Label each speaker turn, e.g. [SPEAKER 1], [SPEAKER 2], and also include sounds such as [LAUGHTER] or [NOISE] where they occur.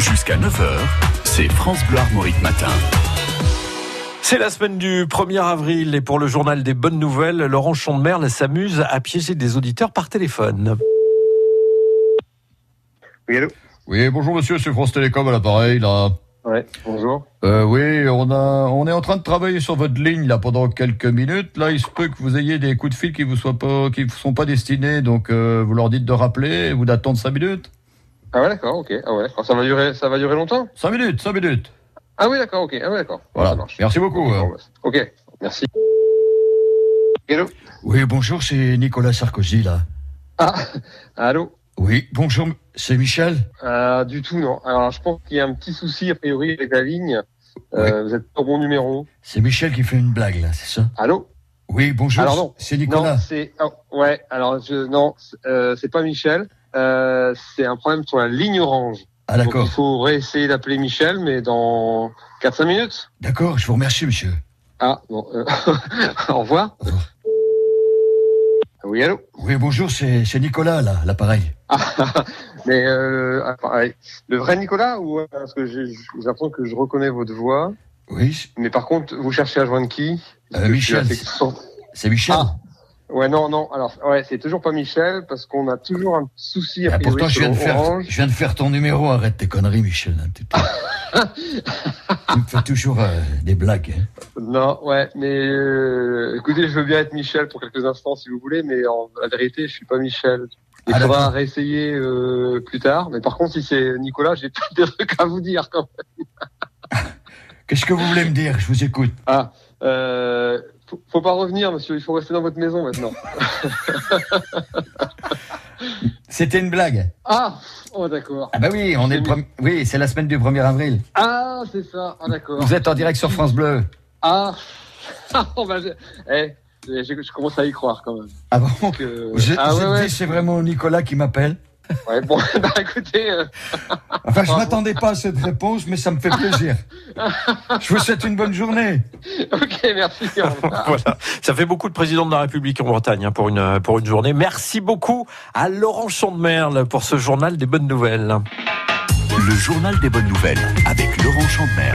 [SPEAKER 1] Jusqu'à 9h, c'est France Bleu Armorique Matin.
[SPEAKER 2] C'est la semaine du 1er avril et pour le journal des bonnes nouvelles, Laurent Chandemerle s'amuse à piéger des auditeurs par téléphone.
[SPEAKER 3] Oui, allô
[SPEAKER 4] Oui, bonjour monsieur, c'est France Télécom à l'appareil là.
[SPEAKER 3] Ouais, bonjour.
[SPEAKER 4] Euh, oui, on a, on est en train de travailler sur votre ligne là pendant quelques minutes. Là, il se peut que vous ayez des coups de fil qui vous soient pas, qui vous sont pas destinés, donc euh, vous leur dites de rappeler, et vous d'attendre cinq minutes.
[SPEAKER 3] Ah ouais, d'accord, ok. Ah ouais, d'accord. Ça va durer, ça va durer longtemps
[SPEAKER 4] Cinq minutes, cinq minutes.
[SPEAKER 3] Ah oui, d'accord, ok. Ah ouais, d'accord. Ça
[SPEAKER 4] Voilà.
[SPEAKER 3] marche.
[SPEAKER 4] Merci beaucoup. hein.
[SPEAKER 3] Bon, bah, Ok, merci. Hello
[SPEAKER 5] Oui, bonjour, c'est Nicolas Sarkozy, là.
[SPEAKER 3] Ah, [LAUGHS] allô
[SPEAKER 5] Oui, bonjour, c'est Michel
[SPEAKER 3] Ah, Du tout, non. Alors, je pense qu'il y a un petit souci, a priori, avec la ligne. Euh, Vous êtes au bon numéro.
[SPEAKER 5] C'est Michel qui fait une blague, là, c'est ça
[SPEAKER 3] Allô
[SPEAKER 5] Oui, bonjour,
[SPEAKER 3] Alors non.
[SPEAKER 5] c'est Nicolas.
[SPEAKER 3] Non, c'est... ah, ouais, alors, je... non, c'est- euh, c'est pas Michel. Euh, c'est un problème sur la ligne orange.
[SPEAKER 5] ah,
[SPEAKER 3] Donc,
[SPEAKER 5] d'accord.
[SPEAKER 3] il faut réessayer d'appeler Michel, mais dans 4-5 minutes.
[SPEAKER 5] D'accord, je vous remercie, monsieur.
[SPEAKER 3] Ah, bon, euh, [LAUGHS] au revoir.
[SPEAKER 5] Au revoir.
[SPEAKER 3] Oui, allô
[SPEAKER 5] Oui, bonjour, c'est c'est Nicolas, là, à l'appareil.
[SPEAKER 3] Ah, mais euh, attends, allez. le vrai Nicolas ou euh, parce que j'ai j'ai l'impression que je reconnais votre voix,
[SPEAKER 5] Oui, c'est-
[SPEAKER 3] mais par contre vous cherchez à joindre qui Parce
[SPEAKER 5] Euh,
[SPEAKER 3] que je suis
[SPEAKER 5] Michel.
[SPEAKER 3] assez sans-
[SPEAKER 5] c'est Michel.
[SPEAKER 3] Ah, Ouais non non alors ouais c'est toujours pas Michel parce qu'on a toujours un petit souci.
[SPEAKER 5] Ah,
[SPEAKER 3] à
[SPEAKER 5] pourtant, je viens, de faire,
[SPEAKER 3] Orange.
[SPEAKER 5] je viens de faire ton numéro. Arrête tes conneries, Michel. un petit peu.
[SPEAKER 3] [LAUGHS]
[SPEAKER 5] tu me fais toujours euh, des blagues. hein.
[SPEAKER 3] Non ouais mais euh, écoutez je veux bien être Michel pour quelques instants si vous voulez mais en la vérité je suis pas Michel. Il
[SPEAKER 5] Ah,
[SPEAKER 3] faudra
[SPEAKER 5] d'accord.
[SPEAKER 3] réessayer euh, plus tard mais par contre si c'est Nicolas j'ai [LAUGHS] peut-être des trucs à vous dire quand
[SPEAKER 5] Qu'est-ce que vous voulez me dire Je vous écoute.
[SPEAKER 3] Ah, euh, faut, faut pas revenir, monsieur. Il faut rester dans votre maison maintenant.
[SPEAKER 5] C'était une blague.
[SPEAKER 3] Ah, oh d'accord.
[SPEAKER 5] Ah bah oui, on est le
[SPEAKER 3] C'est
[SPEAKER 5] premi- Oui, c'est la semaine du 1er avril.
[SPEAKER 3] Ah, c'est ça. Ah d'accord.
[SPEAKER 5] Vous êtes en direct sur France Bleu.
[SPEAKER 3] Ah, [LAUGHS] oh, bah, je... eh, je, je commence à y croire quand même.
[SPEAKER 5] Ah bon
[SPEAKER 3] Que-
[SPEAKER 5] Vous êtes,
[SPEAKER 3] ah
[SPEAKER 5] vous
[SPEAKER 3] ouais,
[SPEAKER 5] êtes
[SPEAKER 3] ouais.
[SPEAKER 5] dit, c'est vraiment Nicolas qui m'appelle.
[SPEAKER 3] ouais. Bon, [LAUGHS] bah écoutez, euh,
[SPEAKER 5] Enfin, je
[SPEAKER 3] Bravo.
[SPEAKER 5] m'attendais pas à cette réponse, mais ça me fait plaisir. Je vous souhaite une bonne journée.
[SPEAKER 3] ok, merci. au revoir.
[SPEAKER 2] [LAUGHS] Voilà, ça fait beaucoup de présidents de la République en Bretagne hein, pour une pour une journée. Merci beaucoup à Laurent Chandemerle pour ce journal des bonnes nouvelles.
[SPEAKER 1] Le journal des bonnes nouvelles avec Laurent Chandemer.